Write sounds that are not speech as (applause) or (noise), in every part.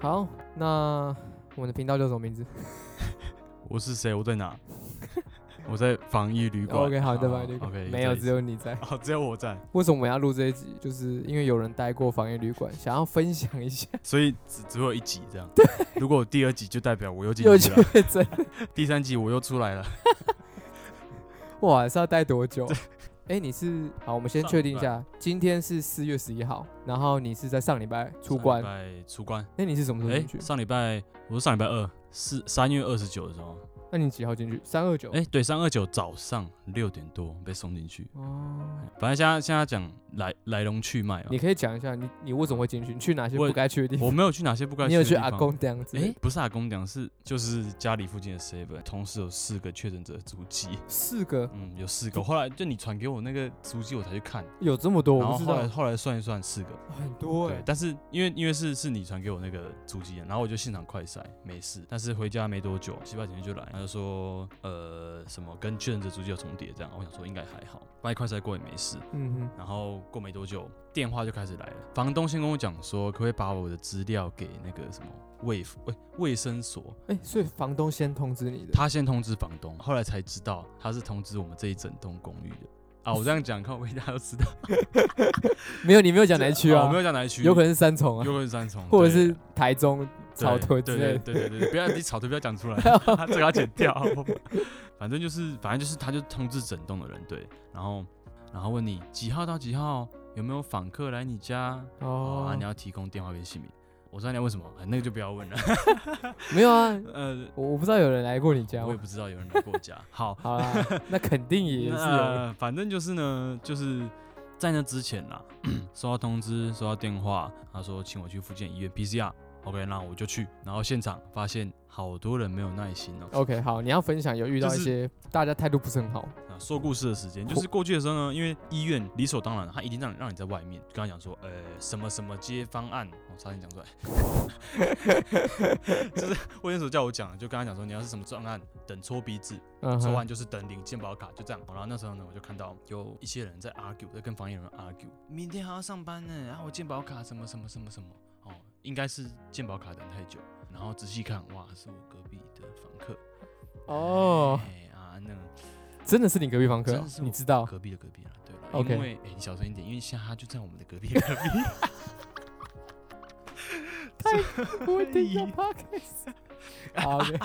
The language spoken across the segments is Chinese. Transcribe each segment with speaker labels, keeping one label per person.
Speaker 1: 好，那我们的频道叫什么名字
Speaker 2: 我是谁？我在
Speaker 1: (laughs)
Speaker 2: 哪？我在防疫旅馆。
Speaker 1: ？OK，好，对吧？
Speaker 2: 哦
Speaker 1: 对吧
Speaker 2: OK，
Speaker 1: 没有，只
Speaker 2: 有
Speaker 1: 有你在。
Speaker 2: (laughs) 哦，只有我在，
Speaker 1: 为什么我们要录这一集？就是因为有人待过防疫旅馆，想要分享一下
Speaker 2: 所以只只会有一集这样。对，如果有第二集就代表我又进
Speaker 1: 有
Speaker 2: 去
Speaker 1: 确
Speaker 2: 了，
Speaker 1: 诊，
Speaker 2: 第三集我又出来了。
Speaker 1: 哇，是要待多久？
Speaker 2: (laughs)
Speaker 1: 哎、你是好，我们先
Speaker 2: 上
Speaker 1: 确定一
Speaker 2: 礼拜
Speaker 1: 下，今天是四月十一号，然后你是在上礼拜出
Speaker 2: 上礼
Speaker 1: 关，
Speaker 2: 拜出关。
Speaker 1: 那你是什么时候
Speaker 2: 哎
Speaker 1: 进，去？
Speaker 2: 上礼拜我是上礼拜二，是三月二十九的时候。
Speaker 1: 那你几号进去？三二九。
Speaker 2: 哎，对，三二九早上六点多被送进去。
Speaker 1: 哦，
Speaker 2: 反正现在现在讲来来龙去脉啊
Speaker 1: 你，可以讲一下你你为什么会进去？你去哪些
Speaker 2: 我
Speaker 1: 不该去的地方？
Speaker 2: 我没有去哪些不该
Speaker 1: 你有
Speaker 2: 去
Speaker 1: 去
Speaker 2: 的地
Speaker 1: 阿
Speaker 2: 方
Speaker 1: 公这样子？
Speaker 2: 哎、不是阿公讲，是就是家里附近的 seven，同时有四个确诊者的足迹，
Speaker 1: 四个
Speaker 2: 嗯，有四个。后来就你传给我那个足迹，我才去看，
Speaker 1: 有这么多，
Speaker 2: 然
Speaker 1: 我
Speaker 2: 后
Speaker 1: 不知
Speaker 2: 后来
Speaker 1: 道，
Speaker 2: 后来算一算四个，
Speaker 1: 很多哎、
Speaker 2: 对。但是因为因为是是你传给我那个足迹，然后我就现场快筛没事，但是回家没多久，七八点就来，他就说呃什么跟确诊者足迹有重叠这样，我想说应该还好，把你快筛过也没事。
Speaker 1: 嗯
Speaker 2: 然后过没多久，电话就开始来了。房东先跟我讲说，可不可以把我的资料给那个什么卫卫卫生所，
Speaker 1: 哼，哎、所以房东先通知你的，
Speaker 2: 他先通知房东，后来才知道他是通知我们这一整栋公寓的。啊，我这样讲，看我大家都知道。
Speaker 1: 没有你没有讲哪一区
Speaker 2: 哦
Speaker 1: 啊？
Speaker 2: 我没有讲哪一区，
Speaker 1: 有可能是三重啊
Speaker 2: 有，可能是三重，
Speaker 1: 或者
Speaker 2: 对
Speaker 1: 是台中草屯之
Speaker 2: 对
Speaker 1: 类
Speaker 2: 对
Speaker 1: 的。
Speaker 2: 对对对对，不要你草屯不要讲
Speaker 1: (laughs)
Speaker 2: 出来，这个要剪掉。反正就是反正就是，他就通知整栋的人，对，然后然后问你几号到几号有没有访客来你家，哦，啊、
Speaker 1: 哦
Speaker 2: 你，要提供电话跟姓名。我知道你要问什么，啊那个就不
Speaker 1: (laughs)
Speaker 2: 要问了。
Speaker 1: 没有啊，
Speaker 2: 呃，
Speaker 1: 我我不知道有人来过你家
Speaker 2: 我也
Speaker 1: 吗。
Speaker 2: 不知道有人来过我家。好，
Speaker 1: (laughs) 好
Speaker 2: (laughs)
Speaker 1: 啦，那肯定也是啊有。
Speaker 2: 那反正就是呢，就是在那之前
Speaker 1: (clears throat)
Speaker 2: 啦，收到通知，收到电话，他说请我去附近医院 PCR。OK，那我就去，然后现场发现好多人没有耐心哦。
Speaker 1: OK，好，你要分享有遇到
Speaker 2: 就
Speaker 1: 一
Speaker 2: 是
Speaker 1: 些大家态度不是很好，
Speaker 2: 那说故事的时间就是过去的时候呢，因为医院理所当然了，他一定让你让你在外面。跟他讲说，呃，什么什么接方案，我差点讲出来， (laughs) 就是 (laughs) 卫生所叫我讲，就跟他讲说你要是什么方案，等搓鼻子，
Speaker 1: 嗯
Speaker 2: 抽
Speaker 1: 哼，
Speaker 2: 完就是等领健保卡，就这样。然后那时候呢，我就看到有一些人在 argue，在跟防疫人员 argue，明天还要上班呢，然、后我健保卡什么什么什么什么，哦，应该是健保卡等太久。然后仔细看，哇，是我隔壁的房客。
Speaker 1: 哦，
Speaker 2: 哎啊，那个
Speaker 1: 真的是你隔壁房客哦
Speaker 2: 真，是我
Speaker 1: 你知道？
Speaker 2: 隔壁的隔壁啦，对了
Speaker 1: OK
Speaker 2: 因为哎，你小声一点，因为现在他就在我们的隔壁的隔壁。 (laughs)
Speaker 1: 不会听到 podcast。好，OK，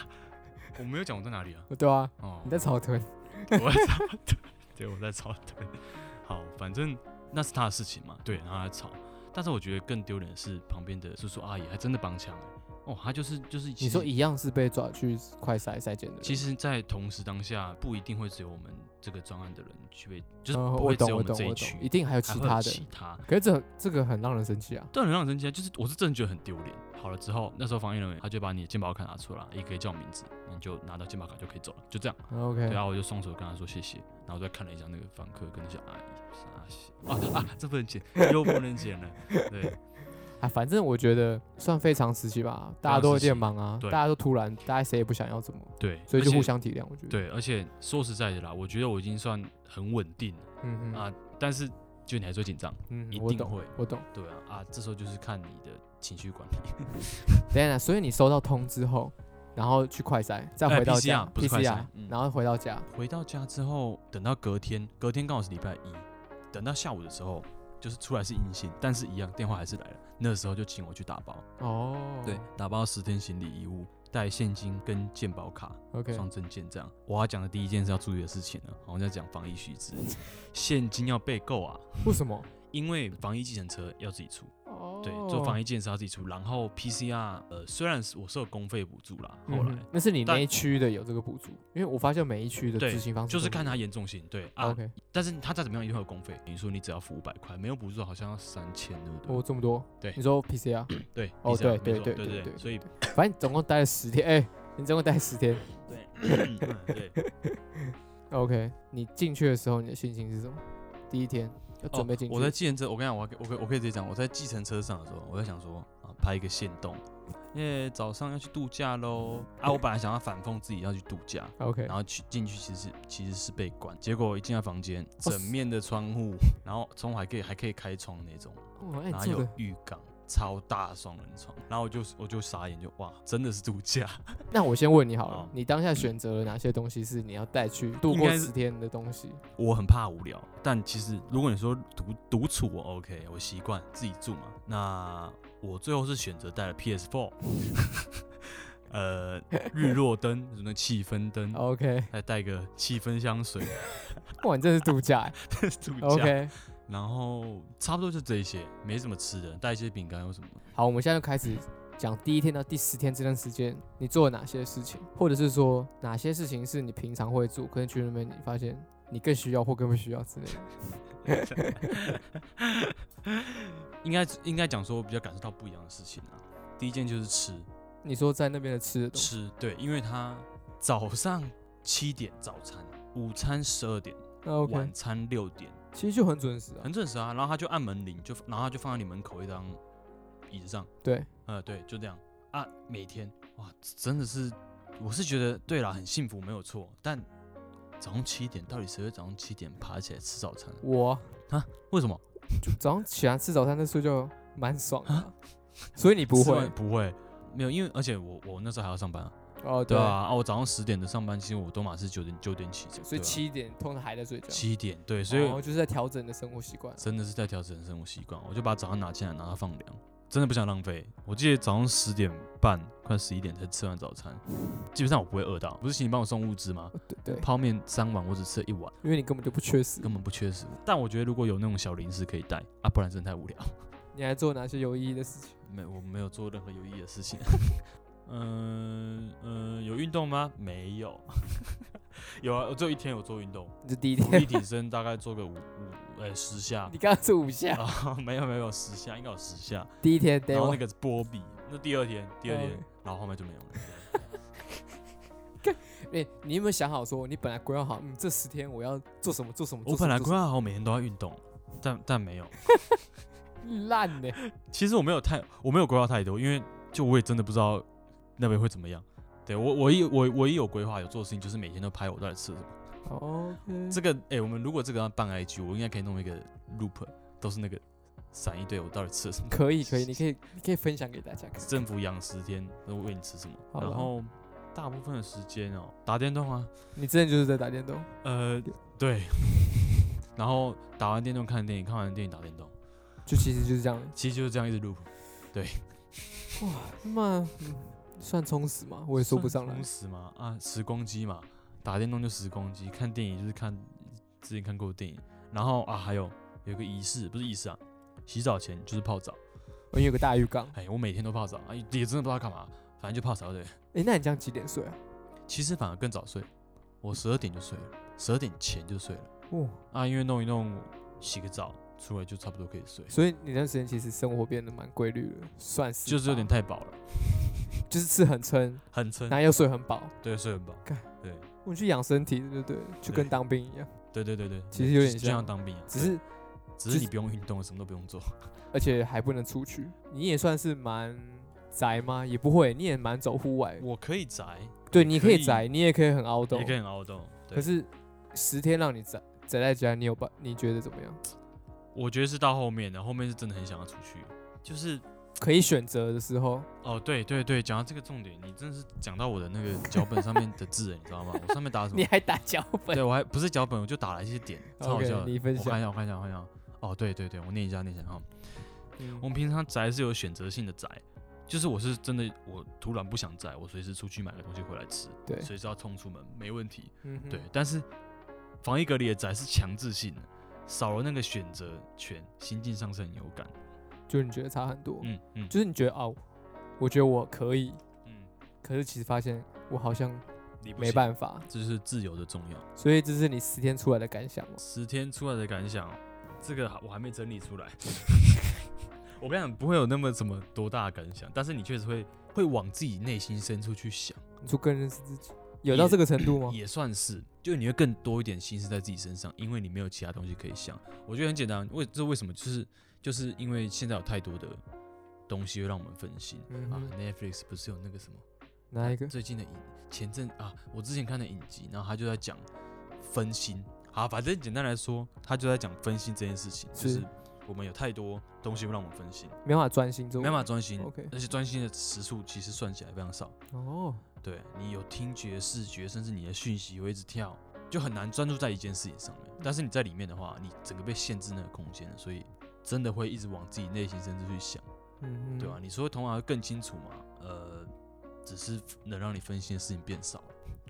Speaker 1: (laughs)
Speaker 2: 我没有讲我在哪里啊？
Speaker 1: 对啊，
Speaker 2: 哦，
Speaker 1: 你在草屯，
Speaker 2: (laughs) 我在吵对，对，我在吵对。好，反正那是他的事情嘛，对，然后他吵。但是我觉得更丢脸的是旁边的叔叔阿姨还真的帮腔了哦，他就是就是其
Speaker 1: 你说
Speaker 2: 实
Speaker 1: 一样是被抓去快筛筛检的人，
Speaker 2: 其实，在同时当下不一定会只有我们这个专案的人去被，就是
Speaker 1: 嗯，
Speaker 2: 不
Speaker 1: 我
Speaker 2: 会只
Speaker 1: 懂
Speaker 2: 有
Speaker 1: 我
Speaker 2: 们
Speaker 1: 懂
Speaker 2: 这一
Speaker 1: 我
Speaker 2: 区
Speaker 1: 懂，，一定还有
Speaker 2: 还
Speaker 1: 其
Speaker 2: 会有
Speaker 1: 他的。
Speaker 2: 其他。
Speaker 1: 可是这这个很让人生气啊！
Speaker 2: 但很让人生气啊，就是我是真的觉得很丢脸。好了之后，那时候防疫人员他就把你的健保卡拿出来，也可以叫我名字，你就拿到健保卡就可以走了，就这样。
Speaker 1: OK，
Speaker 2: 对啊，我就双手跟他说谢谢，然后再看了一下那个房客跟那些阿姨，傻笑啊啊，这不能剪，又不能剪了，对，
Speaker 1: 啊，反正我觉得算非常时期吧，大家
Speaker 2: 常
Speaker 1: 都有
Speaker 2: 时期
Speaker 1: 点忙啊，大
Speaker 2: 对
Speaker 1: 家都突然，大家谁也不想要怎么，
Speaker 2: 对，
Speaker 1: 所以
Speaker 2: 而
Speaker 1: 就
Speaker 2: 且
Speaker 1: 互相体谅。我觉得，，
Speaker 2: 对，而且说实在的啦，我觉得我已经算很稳定了，
Speaker 1: 嗯嗯
Speaker 2: 啊但是就你还是会紧张，
Speaker 1: 嗯
Speaker 2: 一，
Speaker 1: 我
Speaker 2: 定
Speaker 1: 懂，
Speaker 2: 会，
Speaker 1: 我懂。
Speaker 2: 对啊啊，这时候就是看你的情绪管理，
Speaker 1: 等一下，所以你收到通知后，然后去快筛，再
Speaker 2: 哎
Speaker 1: 回到
Speaker 2: PCR
Speaker 1: 家
Speaker 2: 不是快筛嗯
Speaker 1: 然后回到家，
Speaker 2: 回到家之后，等到隔天，隔天刚好是礼拜一，等到下午的时候。就是出来是阴性，但是一样电话还是来了。那时候就请我去打包，
Speaker 1: 哦，
Speaker 2: 对，打包十天行李衣物，带现金跟健保卡，
Speaker 1: ，OK，
Speaker 2: 双证件这样。我要讲的第一件是要注意的事情呢，好像在讲防疫须知， (laughs) 现金要备够啊，
Speaker 1: 为什么？
Speaker 2: 因为防疫计程车要自己出，
Speaker 1: 哦，
Speaker 2: 对，做防
Speaker 1: 疫
Speaker 2: 疫计程车要自己出。然后 PCR，呃，虽然是我是有公费补助啦，后来、
Speaker 1: 哦嗯那是你那
Speaker 2: 但
Speaker 1: 一区的有这个补助，因为我发现每一区的
Speaker 2: 对
Speaker 1: 执行方式
Speaker 2: 就是
Speaker 1: 都不
Speaker 2: 看它
Speaker 1: 一
Speaker 2: 严重性，对
Speaker 1: 样
Speaker 2: 啊。
Speaker 1: OK，
Speaker 2: 但是它再怎么样一定会有公费，比如说你只要付五百块，没有补助好像要三千，对不对？
Speaker 1: 哦，这么多，
Speaker 2: 对
Speaker 1: 你说 PCR，
Speaker 2: 对，
Speaker 1: 哦
Speaker 2: 你这样
Speaker 1: 对
Speaker 2: 没错
Speaker 1: 对对
Speaker 2: 对
Speaker 1: 对对
Speaker 2: 所以
Speaker 1: 反正你总共待了十天，哎，你总共待十天
Speaker 2: 嗯对。
Speaker 1: ，OK，你进去的时候你的心情是什么？第一天要准备进去，
Speaker 2: 哦我在计程车，我跟你讲，我可以我可以我可以直接讲，我在计程车上的时候，我在想说啊，拍一个线动，因为早上要去度假喽。啊，我本来想要反讽自己要去度假，
Speaker 1: OK，
Speaker 2: 然后去进去其实其实是被关，结果一进到房间，
Speaker 1: 是
Speaker 2: 整面的窗户，然后窗户还可以还可以开窗那种，
Speaker 1: 哦，哎，
Speaker 2: 然后
Speaker 1: 你住
Speaker 2: 有
Speaker 1: 的
Speaker 2: 浴缸，超大双人床，然后我就我就傻眼就，哇，真的是度假，
Speaker 1: (laughs) 那我先问你好了，
Speaker 2: 哦
Speaker 1: 你当下选择了哪些东西是你要带去度
Speaker 2: 应
Speaker 1: 过
Speaker 2: 该是
Speaker 1: 十天的东西？
Speaker 2: 我很怕无聊，但其实如果你说独独处，我 OK，我习惯自己住嘛。那我最后是选择带了 PS4，呃，日落灯，什么气氛灯，
Speaker 1: OK，
Speaker 2: 还带个气氛香水， (laughs)
Speaker 1: 哇，你真是度假欸、
Speaker 2: 度假。
Speaker 1: OK，
Speaker 2: 然后差不多就这一些，没什么吃的，带一些饼干或什么。
Speaker 1: 好，我们现在就开始讲第一天到第十天这段时间，你做了哪些事情，或者是说哪些事情是你平常会做，可能去那边你发现你更需要或更不需要之类的。
Speaker 2: 应该应该讲说，我比较感受到不一样的事情啊。第一件就是吃，
Speaker 1: 你说在那边的吃的东西，
Speaker 2: 吃对，因为他早上七点早餐，午餐十二点，
Speaker 1: 那 OK，
Speaker 2: 晚餐六点。
Speaker 1: 其实就很准时啊。
Speaker 2: 很准时啊。然后他就按门铃，就然后他就放在你门口一张椅子上，
Speaker 1: 对，
Speaker 2: 呃，对，就这样啊。每天哇，真的是，我是觉得对啦，很幸福没有错。但早上七点，到底谁会早上七点爬起来吃早餐？
Speaker 1: 我
Speaker 2: 为什么？
Speaker 1: 就早上起来吃早餐再睡觉，蛮爽的啊。所以你不
Speaker 2: 是
Speaker 1: 会
Speaker 2: 吗不会，没有，因为而且我我那时候还要上班啊，
Speaker 1: 哦，
Speaker 2: 对啊，，啊，我早上十点的上班，其实我都马是九点九点起，
Speaker 1: 所以
Speaker 2: 对啊
Speaker 1: 七点哦通常还在睡觉，
Speaker 2: 七点对，所以
Speaker 1: 然后就是在调整你的生活习惯。
Speaker 2: 真的是在调整生活习惯，我就把早上拿进来，拿它放凉，真的不想浪费。我记得早上十点半，快十一点才吃完早餐，基本上我不会饿到。不是请你帮我送物资吗？
Speaker 1: 对对，
Speaker 2: 泡面三碗，我只吃了一碗，
Speaker 1: 因为你根本就不缺食。
Speaker 2: 根本不缺食物。但我觉得如果有那种小零食可以带啊，不然真的太无聊。
Speaker 1: 你还做哪些有意义的事情？
Speaker 2: 没，我没有做任何有意义的事 (laughs) 情。嗯嗯、有运动吗？没 (laughs) 有。有啊，我只有一天有做运 (laughs) 动，
Speaker 1: 这第一
Speaker 2: 努力
Speaker 1: 天，
Speaker 2: 挺身，大概做个五五呃十下
Speaker 1: (laughs) 。你刚刚做五
Speaker 2: (laughs)
Speaker 1: 下，
Speaker 2: 啊、没有没有十下，应该有十下。
Speaker 1: 第一天 day
Speaker 2: 然后那
Speaker 1: one，
Speaker 2: 个是波比，那第二天，第二天
Speaker 1: 嗯，
Speaker 2: 然后后面就没有了。
Speaker 1: 哎，你有没有想好说，你本来规划好，嗯，这十天我要做什么做什么？
Speaker 2: 我本来规
Speaker 1: 划
Speaker 2: 划好每天都要运动，但但没有。
Speaker 1: 烂呢，
Speaker 2: 其实我没有太，我没有规划太多，因为就我也真的不知道那边会怎么样。对我，我一我我一有规划有做的事情，就是每天都拍我到底吃了什么。
Speaker 1: 哦，
Speaker 2: 这个，哎、我们如果这个要办 IG，我应该可以弄一个 loop，都是那个闪一堆我到底吃了什么。
Speaker 1: 可以可以，你可以你可以分享给大家看。
Speaker 2: 政府养十天，我喂你吃什么？
Speaker 1: 好吧
Speaker 2: 然后大部分的时间哦，打电动啊，
Speaker 1: 你真的就是在打电动，
Speaker 2: 呃，对。 (laughs) 然后打完电动看电影，看完电影打电动，
Speaker 1: 就其实就是这样。
Speaker 2: 其实就是这样一直 loop，
Speaker 1: 那么嗯算充实吗？我也说不上来
Speaker 2: 充。实嘛，啊，时光机嘛，打电动就时光机，看电影就是看之前看过的电影，然后啊，还有有一个仪式，不是仪式啊，洗澡前就是泡澡，
Speaker 1: 我哦有个大浴缸。
Speaker 2: 哎，我每天都泡澡，哎，也真的不知道干嘛，反正就泡澡对。
Speaker 1: 哎，那你这样几点睡啊？
Speaker 2: 其实反而更早睡，我十二点就睡了，十二点前就睡了，
Speaker 1: 哦，
Speaker 2: 啊，因为弄一弄，洗个澡出来就差不多可以睡，
Speaker 1: 所以你那段时间其实生活变得蛮规律的，算是
Speaker 2: 就是有
Speaker 1: 吧
Speaker 2: 点太饱了，
Speaker 1: 就是吃很撑，
Speaker 2: 很撑
Speaker 1: 然，后又睡很饱，
Speaker 2: 对，睡很饱
Speaker 1: 干，
Speaker 2: 对。
Speaker 1: 我去养身体，对不对？就跟
Speaker 2: 对
Speaker 1: 当兵一样，
Speaker 2: 对对对对，
Speaker 1: 其
Speaker 2: 对
Speaker 1: 实有
Speaker 2: 就
Speaker 1: 点
Speaker 2: 就像
Speaker 1: 像
Speaker 2: 当兵啊，
Speaker 1: 只
Speaker 2: 对
Speaker 1: 是
Speaker 2: 只
Speaker 1: 就是
Speaker 2: 你
Speaker 1: 是
Speaker 2: 不用运动，什么都不用做。
Speaker 1: 而且还不能出去。你也算是蛮宅吗？也不会，你也蛮走户外。
Speaker 2: 我可以宅，
Speaker 1: 对，
Speaker 2: 也
Speaker 1: 你
Speaker 2: 可
Speaker 1: 可以宅，，你也可以很凹动
Speaker 2: 也。可以很熬动。对
Speaker 1: 可是十天让你宅宅在家，你有办？你觉得怎么样？
Speaker 2: 我觉得是到后面的，后面是真的很想要出去，就是
Speaker 1: 可以选择的时候，
Speaker 2: 哦，对对对，讲到这个重点，你真的是讲到我的那个脚本上面的字了，你知道吗？我上面打什
Speaker 1: (laughs) 你
Speaker 2: 么？
Speaker 1: 还打脚本
Speaker 2: 对，我还不是脚本，我就打了一些点，超好
Speaker 1: OK，
Speaker 2: 笑的。
Speaker 1: 你分
Speaker 2: 我看一下，我看一下，我看一下。哦，对对对，我念一下，念一下哈。
Speaker 1: 嗯
Speaker 2: 我们平常宅是有选择性的宅，就是我是真的，我突然不想宅，我随时出去买个东西回来吃，
Speaker 1: 对，
Speaker 2: 随时要冲出门，没问题。
Speaker 1: 嗯哼
Speaker 2: 对，，但是防疫隔离的宅是强制性的，少了那个选择权，心境上是很有感。
Speaker 1: 就你觉得差很多，
Speaker 2: 嗯嗯，
Speaker 1: 就是你觉得哦，我觉得我可以，
Speaker 2: 嗯，
Speaker 1: 可是其实发现我好像
Speaker 2: 你
Speaker 1: 没
Speaker 2: 法，
Speaker 1: 办法，
Speaker 2: 这就是自由的重要。
Speaker 1: 所以这是你十天出来的感想吗？
Speaker 2: 十天出来的感想，这个我还没整理出来。 (laughs) 我跟你讲，不会有那么什么多大的感想，但是你确实会会往自己内心深处去想，
Speaker 1: 你说更认识自己，有到这个程度吗？
Speaker 2: 也算是，就你会更多一点心思在自己身上，因为你没有其他东西可以想。我觉得很简单，为这为什么就是就是因为现在有太多的东西会让我们分心，
Speaker 1: 嗯
Speaker 2: 啊
Speaker 1: 哼，
Speaker 2: ，Netflix 不是有那个什么
Speaker 1: 哪一个？
Speaker 2: 最近的影前阵啊，我之前看的影集，然后他就在讲分心啊，反正简单来说，他就在讲分心这件事情，就是是我们有太多东西会让我们分心，
Speaker 1: 没办法专心做，
Speaker 2: 没办法专心
Speaker 1: 哦 OK
Speaker 2: 而且专心的时数其实算起来非常少。
Speaker 1: 哦，
Speaker 2: 对你有听觉、视觉，甚至你的讯息会一直跳，就很难专注在一件事情上面。但是你在里面的话，你整个被限制那个空间了，所以真的会一直往自己内心深处去想，
Speaker 1: 嗯哼，
Speaker 2: 对啊吧、你说头脑会更清楚嘛？呃，只是能让你分心的事情变少了。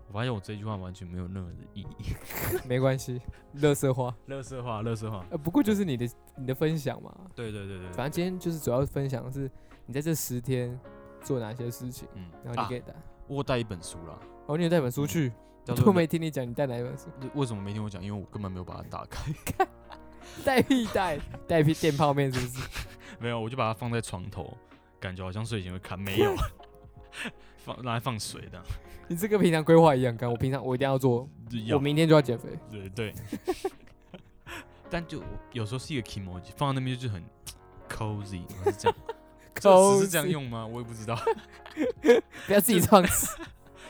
Speaker 2: 我发现我这句话完全没有任何的意义， (laughs)
Speaker 1: 嗯没关系，乐色化。
Speaker 2: 乐色化，乐色化。
Speaker 1: 呃，不过就是你的你的分享嘛，
Speaker 2: 对对对对对，
Speaker 1: 反正今天就是主要分享的是你在这十天做哪些事情，
Speaker 2: 嗯，
Speaker 1: 然后
Speaker 2: 啊
Speaker 1: 你给带。
Speaker 2: 我有带一本书啦，
Speaker 1: 哦，你有带本书去，(laughs)
Speaker 2: 叫
Speaker 1: 都
Speaker 2: 做
Speaker 1: 没听你讲你带哪一本书，
Speaker 2: 《为什么没听我讲》，因为我根本没有把它打开，
Speaker 1: 带屁带，带屁电泡面是不是？
Speaker 2: 没有，我就把它放在床头，感觉好像睡前会看，没
Speaker 1: (laughs)
Speaker 2: 有，放拿来放水的。
Speaker 1: 你这个平常规划一样干，我平常我一定要做，我
Speaker 2: 有
Speaker 1: 明天就要减肥。
Speaker 2: 对对，但就有时候是一个 e m o j i 放在那边就很 cozy，我是
Speaker 1: (laughs)
Speaker 2: 这样，这 (laughs) 只是这样
Speaker 1: Cozy
Speaker 2: 用吗？我也不知道。 (laughs)
Speaker 1: 不要自己唱词。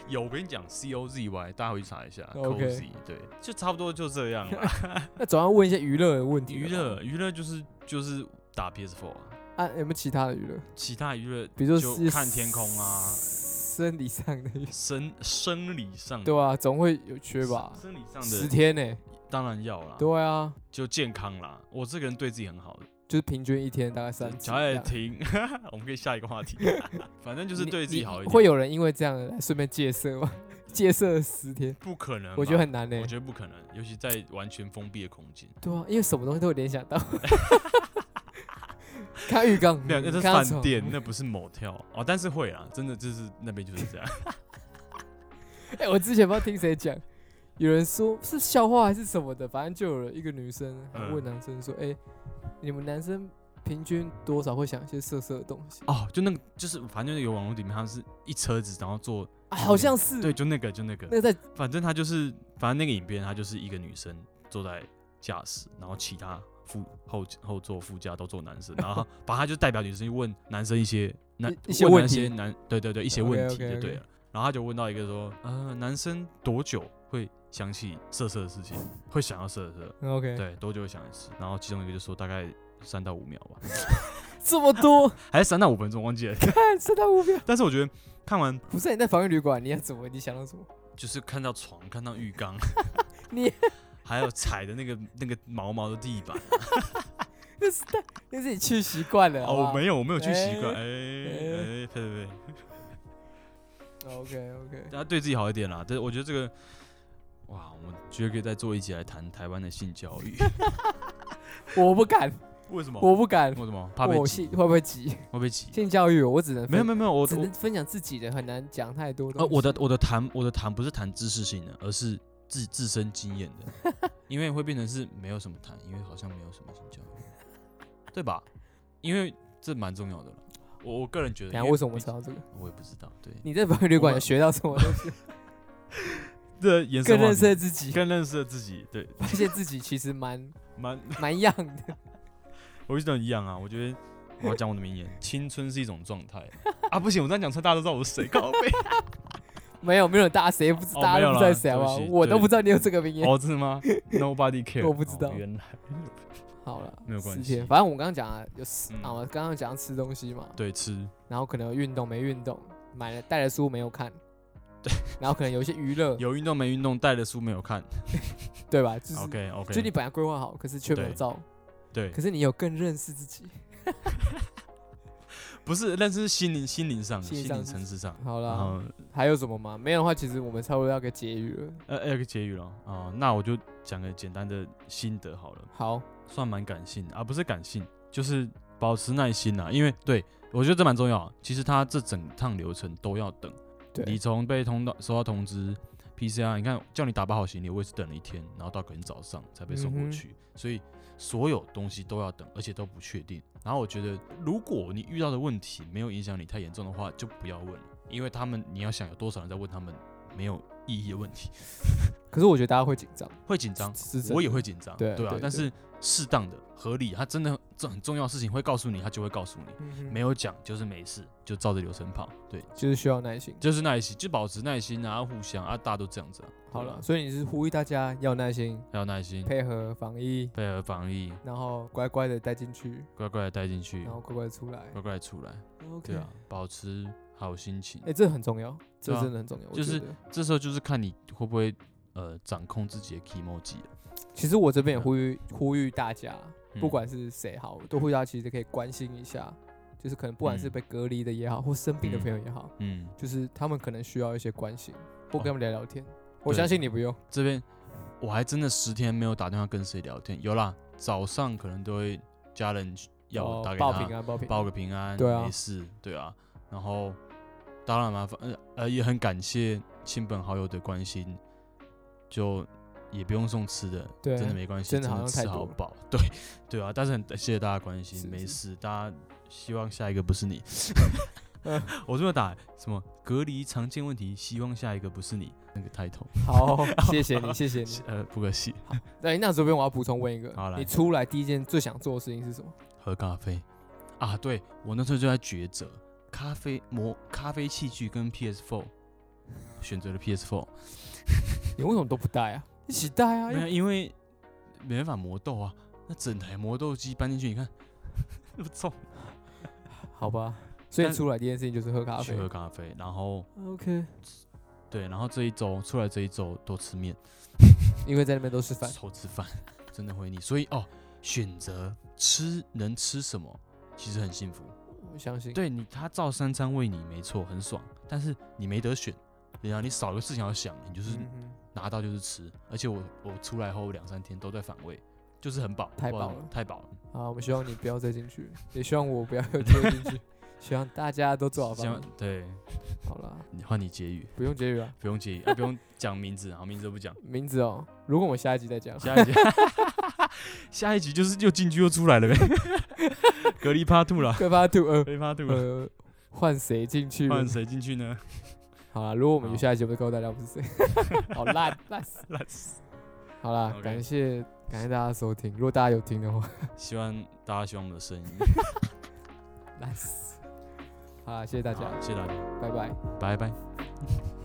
Speaker 2: 有，我跟你讲，c o z y，大家回去查一下
Speaker 1: OK 哎
Speaker 2: cozy，对，就差不多就
Speaker 1: (laughs)
Speaker 2: 这样了。
Speaker 1: 那总要问一些娱乐的问题了
Speaker 2: 娱
Speaker 1: 吧。
Speaker 2: 乐娱乐就是就是打 PS4 啊，
Speaker 1: 啊，有没有其他的娱乐？
Speaker 2: 其他娱乐
Speaker 1: 比如说
Speaker 2: 就是看天空啊，嗯
Speaker 1: 生理上的娱乐，
Speaker 2: 生生理上
Speaker 1: 对啊，总会有缺吧？
Speaker 2: 生理上
Speaker 1: 十
Speaker 2: 的啊
Speaker 1: 天呢、
Speaker 2: 当然要啦，
Speaker 1: 对啊，
Speaker 2: 就健康啦。我这个人对自己很好的，
Speaker 1: 就是平均一天大概三次
Speaker 2: 小
Speaker 1: 这
Speaker 2: 爱
Speaker 1: 样。
Speaker 2: 停， (laughs) 我们可以下一个 (laughs) 话题。反正就是
Speaker 1: 你
Speaker 2: 对自己
Speaker 1: 你
Speaker 2: 好一点，
Speaker 1: 会有人因为这样来顺便戒色吗？ (laughs) 戒色十天，
Speaker 2: 不可能吧？
Speaker 1: 我觉得很难呢、
Speaker 2: 我觉得不可能，尤其在完全封闭的空间。
Speaker 1: 对啊，因为什么东西都会联
Speaker 2: (laughs)
Speaker 1: 想到。看浴缸，
Speaker 2: 没有，那
Speaker 1: 嗯
Speaker 2: 是
Speaker 1: 看到
Speaker 2: 饭
Speaker 1: 床
Speaker 2: (laughs) 店，那不是 motel 哦。但是会啊，真的就是那边就是这样。
Speaker 1: (laughs) 哎、我之前不知道听谁讲，有人说是笑话还是什么的，反正就有人一个女生还
Speaker 2: 嗯
Speaker 1: 问男生说：“哎、你们男生平均多少会想一些色色的东西
Speaker 2: (laughs) 哦，就那个，就是反正有网络里面，他是一车子，然后坐，？”
Speaker 1: 啊，好像是，
Speaker 2: 嗯对，，就那个，就那个，
Speaker 1: 那个在
Speaker 2: 反正他就是，反正那个影片，他就是一个女生坐在驾驶，然后其他副后后座副驾都坐男生，然后把他就代表女生去问男生一些男
Speaker 1: 一些
Speaker 2: 问
Speaker 1: 问
Speaker 2: 那
Speaker 1: 题
Speaker 2: 些男对对对一些问题就
Speaker 1: OK，OK，OK
Speaker 2: 对了。然后他就问到一个说，呃，男生多久会想起色色的事情，会想要色色？
Speaker 1: 嗯 OK，，
Speaker 2: 对，多久会想一次？然后其中一个就说大概三到五秒吧，
Speaker 1: 这么多， (laughs)
Speaker 2: 还是三到五分钟忘记了。 (laughs)
Speaker 1: 看三到五秒，
Speaker 2: 但是我觉得看完
Speaker 1: 不是你在防疫旅馆，你要怎么？你想到什么？，
Speaker 2: 就是看到床，看到浴缸
Speaker 1: 你 (laughs)
Speaker 2: 还有踩的那个那个毛毛的地板。
Speaker 1: 那是他，那是你去习惯了好不
Speaker 2: 哦，我
Speaker 1: 好
Speaker 2: 没有，我没有去习惯。
Speaker 1: 哎
Speaker 2: 哎哎，对对对，
Speaker 1: OK OK，
Speaker 2: 大家对自己好一点啦。这我觉得这个，哇，我们觉得可以再做一集来谈台湾的性教
Speaker 1: (laughs)
Speaker 2: 育。
Speaker 1: 我不敢，
Speaker 2: 为什么？
Speaker 1: 我不敢
Speaker 2: 为，什么？哦怕被
Speaker 1: 我
Speaker 2: 挤
Speaker 1: 性？会不会急？
Speaker 2: 会被
Speaker 1: (laughs)
Speaker 2: 挤？
Speaker 1: 性教育我只能
Speaker 2: 没有没
Speaker 1: 有，
Speaker 2: 有没有，我
Speaker 1: 只
Speaker 2: 我
Speaker 1: 能分享自己的，很难讲太多东西。
Speaker 2: 呃，我的我的谈我的谈不是谈知识性的，而是自自身经验的，
Speaker 1: (laughs)
Speaker 2: 因为会变成是没有什么谈，因为好像没有什么性教育，对吧？因为这蛮重要的了。我我个人觉得，
Speaker 1: 等下
Speaker 2: 因为
Speaker 1: 为什么我
Speaker 2: 毕
Speaker 1: 知道这个？
Speaker 2: 我也不知道。对，
Speaker 1: 你在防疫旅馆
Speaker 2: 我
Speaker 1: 有学到什么东西？
Speaker 2: 这延
Speaker 1: 更
Speaker 2: 话
Speaker 1: 认
Speaker 2: 题
Speaker 1: 识了自己，
Speaker 2: 更认识了自己，对，
Speaker 1: (laughs) 发现自己其实蛮
Speaker 2: 蛮
Speaker 1: 蛮样的。
Speaker 2: 我一直都一样啊，我觉得我要讲我的名言：青春是一种状态啊！不行，我这样讲出来，大家都知道我是谁，靠背。
Speaker 1: 没有没有，大家谁不知
Speaker 2: 哦
Speaker 1: 大家
Speaker 2: 没
Speaker 1: 都
Speaker 2: 有啦
Speaker 1: 不知道谁好不好
Speaker 2: 对不起
Speaker 1: 我都
Speaker 2: 对
Speaker 1: 不知道你有这个名言。
Speaker 2: 哦，真的吗？Nobody care，
Speaker 1: 我不知道
Speaker 2: 哦原来
Speaker 1: 好了，
Speaker 2: 没有关系
Speaker 1: 十天反正我刚刚讲啊，有十
Speaker 2: 嗯
Speaker 1: 啊，我刚刚讲吃东西嘛，
Speaker 2: 对吃
Speaker 1: 然后可能有运动没运动，买了带了书没有看，对，然后可能有一些娱乐，
Speaker 2: 有运动没运动，带的书没有看。
Speaker 1: 对吧？就是 (laughs)
Speaker 2: OK OK，
Speaker 1: 就你本来规划好，可是却没有
Speaker 2: 对
Speaker 1: 照，
Speaker 2: 对，
Speaker 1: 可是你有更认识自己。
Speaker 2: 不是，但是心灵心灵上
Speaker 1: 心
Speaker 2: 心
Speaker 1: 灵上
Speaker 2: 灵
Speaker 1: 是
Speaker 2: 层次上，
Speaker 1: 好
Speaker 2: 然
Speaker 1: 啦，
Speaker 2: 后
Speaker 1: 还有什么吗？没有的话，其实我们差不多要给结语了。
Speaker 2: 呃要个结语了哦，那我就讲个简单的心得好了，
Speaker 1: 好，
Speaker 2: 算蛮感性的啊，不是感性，就是保持耐心啦，因为对我觉得这蛮重要啊，其实他这整趟流程都要等。你
Speaker 1: 对，
Speaker 2: 从被通到收到通知 PCR，你看叫你打包好行李，我也是等了一天，然后到隔天早上才被
Speaker 1: 嗯
Speaker 2: 送过
Speaker 1: 哼
Speaker 2: 去，所以所有东西都要等，而且都不确定。然后我觉得，如果你遇到的问题没有影响你太严重的话，就不要问了，因为他们你要想有多少人在问他们没有意义的问题，
Speaker 1: 可是我觉得大家会紧张，
Speaker 2: 会紧张，
Speaker 1: 是真的
Speaker 2: 我也会紧张，
Speaker 1: 对
Speaker 2: 啊
Speaker 1: 对，
Speaker 2: 但
Speaker 1: 对
Speaker 2: 是适当的、合理，他真的这很重要的事情会告诉你，他就会告诉你，没
Speaker 1: 有，
Speaker 2: 有讲就是没事，就照着流程跑，对，
Speaker 1: 嗯就是需要耐心。
Speaker 2: 就是耐心，就保持耐心啊，互相啊，大家都这样子啊，
Speaker 1: 好
Speaker 2: 对啊
Speaker 1: 了，，所以你是呼吁大家要耐心，
Speaker 2: 要有耐心，
Speaker 1: 配合防疫，
Speaker 2: 配合防疫，
Speaker 1: 然后乖乖的带进去，
Speaker 2: 乖乖的带进去
Speaker 1: 然，后乖乖地出来。
Speaker 2: 乖乖的出来，
Speaker 1: OK，
Speaker 2: 嗯对啊，保持好心情
Speaker 1: 哎、，这很重要，这
Speaker 2: 对啊
Speaker 1: 真的很重要。我
Speaker 2: 就是
Speaker 1: 觉得
Speaker 2: 这时候就是看你会不会呃掌控自己的 emoji，了
Speaker 1: 其实我这边也呼吁呼吁大家，
Speaker 2: 啊嗯
Speaker 1: 不管是谁好，都呼吁大家其实可以关心一下，就是可能不管是
Speaker 2: 嗯
Speaker 1: 被隔离的也好，或生病的
Speaker 2: 嗯
Speaker 1: 朋友也好，
Speaker 2: 嗯，
Speaker 1: 就是他们可能需要一些关心，或跟
Speaker 2: 哦
Speaker 1: 他们聊聊天。我
Speaker 2: 对
Speaker 1: 相信你不用，
Speaker 2: 这边我还真的十天没有打电话跟谁聊天，有啦，早上可能都会家人要
Speaker 1: 哦
Speaker 2: 我打给
Speaker 1: 报平
Speaker 2: 他
Speaker 1: 安报平
Speaker 2: 报个平安，
Speaker 1: 对啊
Speaker 2: 没事，对啊，然后当然麻烦，呃呃，也很感谢亲朋好友的关心，就也不用送吃的，
Speaker 1: 对啊
Speaker 2: 真的没关系，
Speaker 1: 真
Speaker 2: 真
Speaker 1: 的好像太
Speaker 2: 吃
Speaker 1: 多
Speaker 2: 好
Speaker 1: 了
Speaker 2: 饱， (laughs) 对对啊，但是很谢谢大家关心，
Speaker 1: 是
Speaker 2: 没
Speaker 1: 是
Speaker 2: 事，大家希望下一个不是你
Speaker 1: (laughs) 嗯。
Speaker 2: 我这么打什么隔离常见问题，希望下一个不是你那个 title，
Speaker 1: 好，谢谢
Speaker 2: (laughs)
Speaker 1: 你，谢谢你。
Speaker 2: 呃，不可惜。
Speaker 1: 哎，那这边我要补充问一个
Speaker 2: 好，来
Speaker 1: 你出来第一件最想做的事情是什么？
Speaker 2: 喝咖啡啊！对我那时候就在抉择，咖啡磨咖啡器具跟 PS4，选择了 PS4，
Speaker 1: 你为什么都不带啊？一起带啊！
Speaker 2: 没有因为没办法磨豆啊，那整台磨豆机搬进去，你看 (laughs) 那么重，
Speaker 1: 好吧，所以
Speaker 2: 但
Speaker 1: 出来第一件事情就是喝咖
Speaker 2: 去
Speaker 1: 啡。
Speaker 2: 喝咖啡，然后
Speaker 1: OK，
Speaker 2: 对，然后这一周出来这一周都吃面，
Speaker 1: 因为在那边都吃饭。
Speaker 2: 愁吃饭， (laughs) 真的会腻，所以哦，选择吃能吃什么其实很幸福，
Speaker 1: 我相信。
Speaker 2: 对你，他照三餐喂你没错，很爽，但是你没得选，然后你少一个事情要想，你就是。
Speaker 1: 嗯哼，
Speaker 2: 拿到就是吃，而且我我出来后两三天都在反胃，就是很饱，
Speaker 1: 太
Speaker 2: 不知道
Speaker 1: 饱
Speaker 2: 为什么
Speaker 1: 了
Speaker 2: 太饱了。
Speaker 1: 好，我们希望你不要再进去，也希望我不要又跌进
Speaker 2: (laughs)
Speaker 1: 去，希望大家都做好
Speaker 2: 希
Speaker 1: 防
Speaker 2: 望
Speaker 1: 疫。
Speaker 2: 对
Speaker 1: 好啦，
Speaker 2: 你换你结语，
Speaker 1: 不用结语了，
Speaker 2: 不
Speaker 1: (laughs)
Speaker 2: 用结语，啊、不用讲名字，好名字都不讲。
Speaker 1: 名字哦，如果我下一集再讲，
Speaker 2: 下一集， (laughs) 下一集就是又进去又出来了呗， (laughs) 隔离趴兔了，
Speaker 1: 快发吐
Speaker 2: (laughs)
Speaker 1: 呃
Speaker 2: 隔离趴兔了，
Speaker 1: (laughs) 呃，嗯换谁进去？
Speaker 2: 换谁进去呢？ (laughs)
Speaker 1: 好啦，如果我们有
Speaker 2: 好
Speaker 1: 下一集，我们就告诉大家我们是谁。
Speaker 2: (laughs)
Speaker 1: 好烂烂死。
Speaker 2: 烂死
Speaker 1: 好啦，
Speaker 2: OK
Speaker 1: 感谢感谢大家收听，如果大家有听的话，
Speaker 2: 希望大家喜欢我们的声音，
Speaker 1: 烂死。好啦，谢谢大家，
Speaker 2: 好谢谢大家，
Speaker 1: 拜拜。
Speaker 2: 拜拜。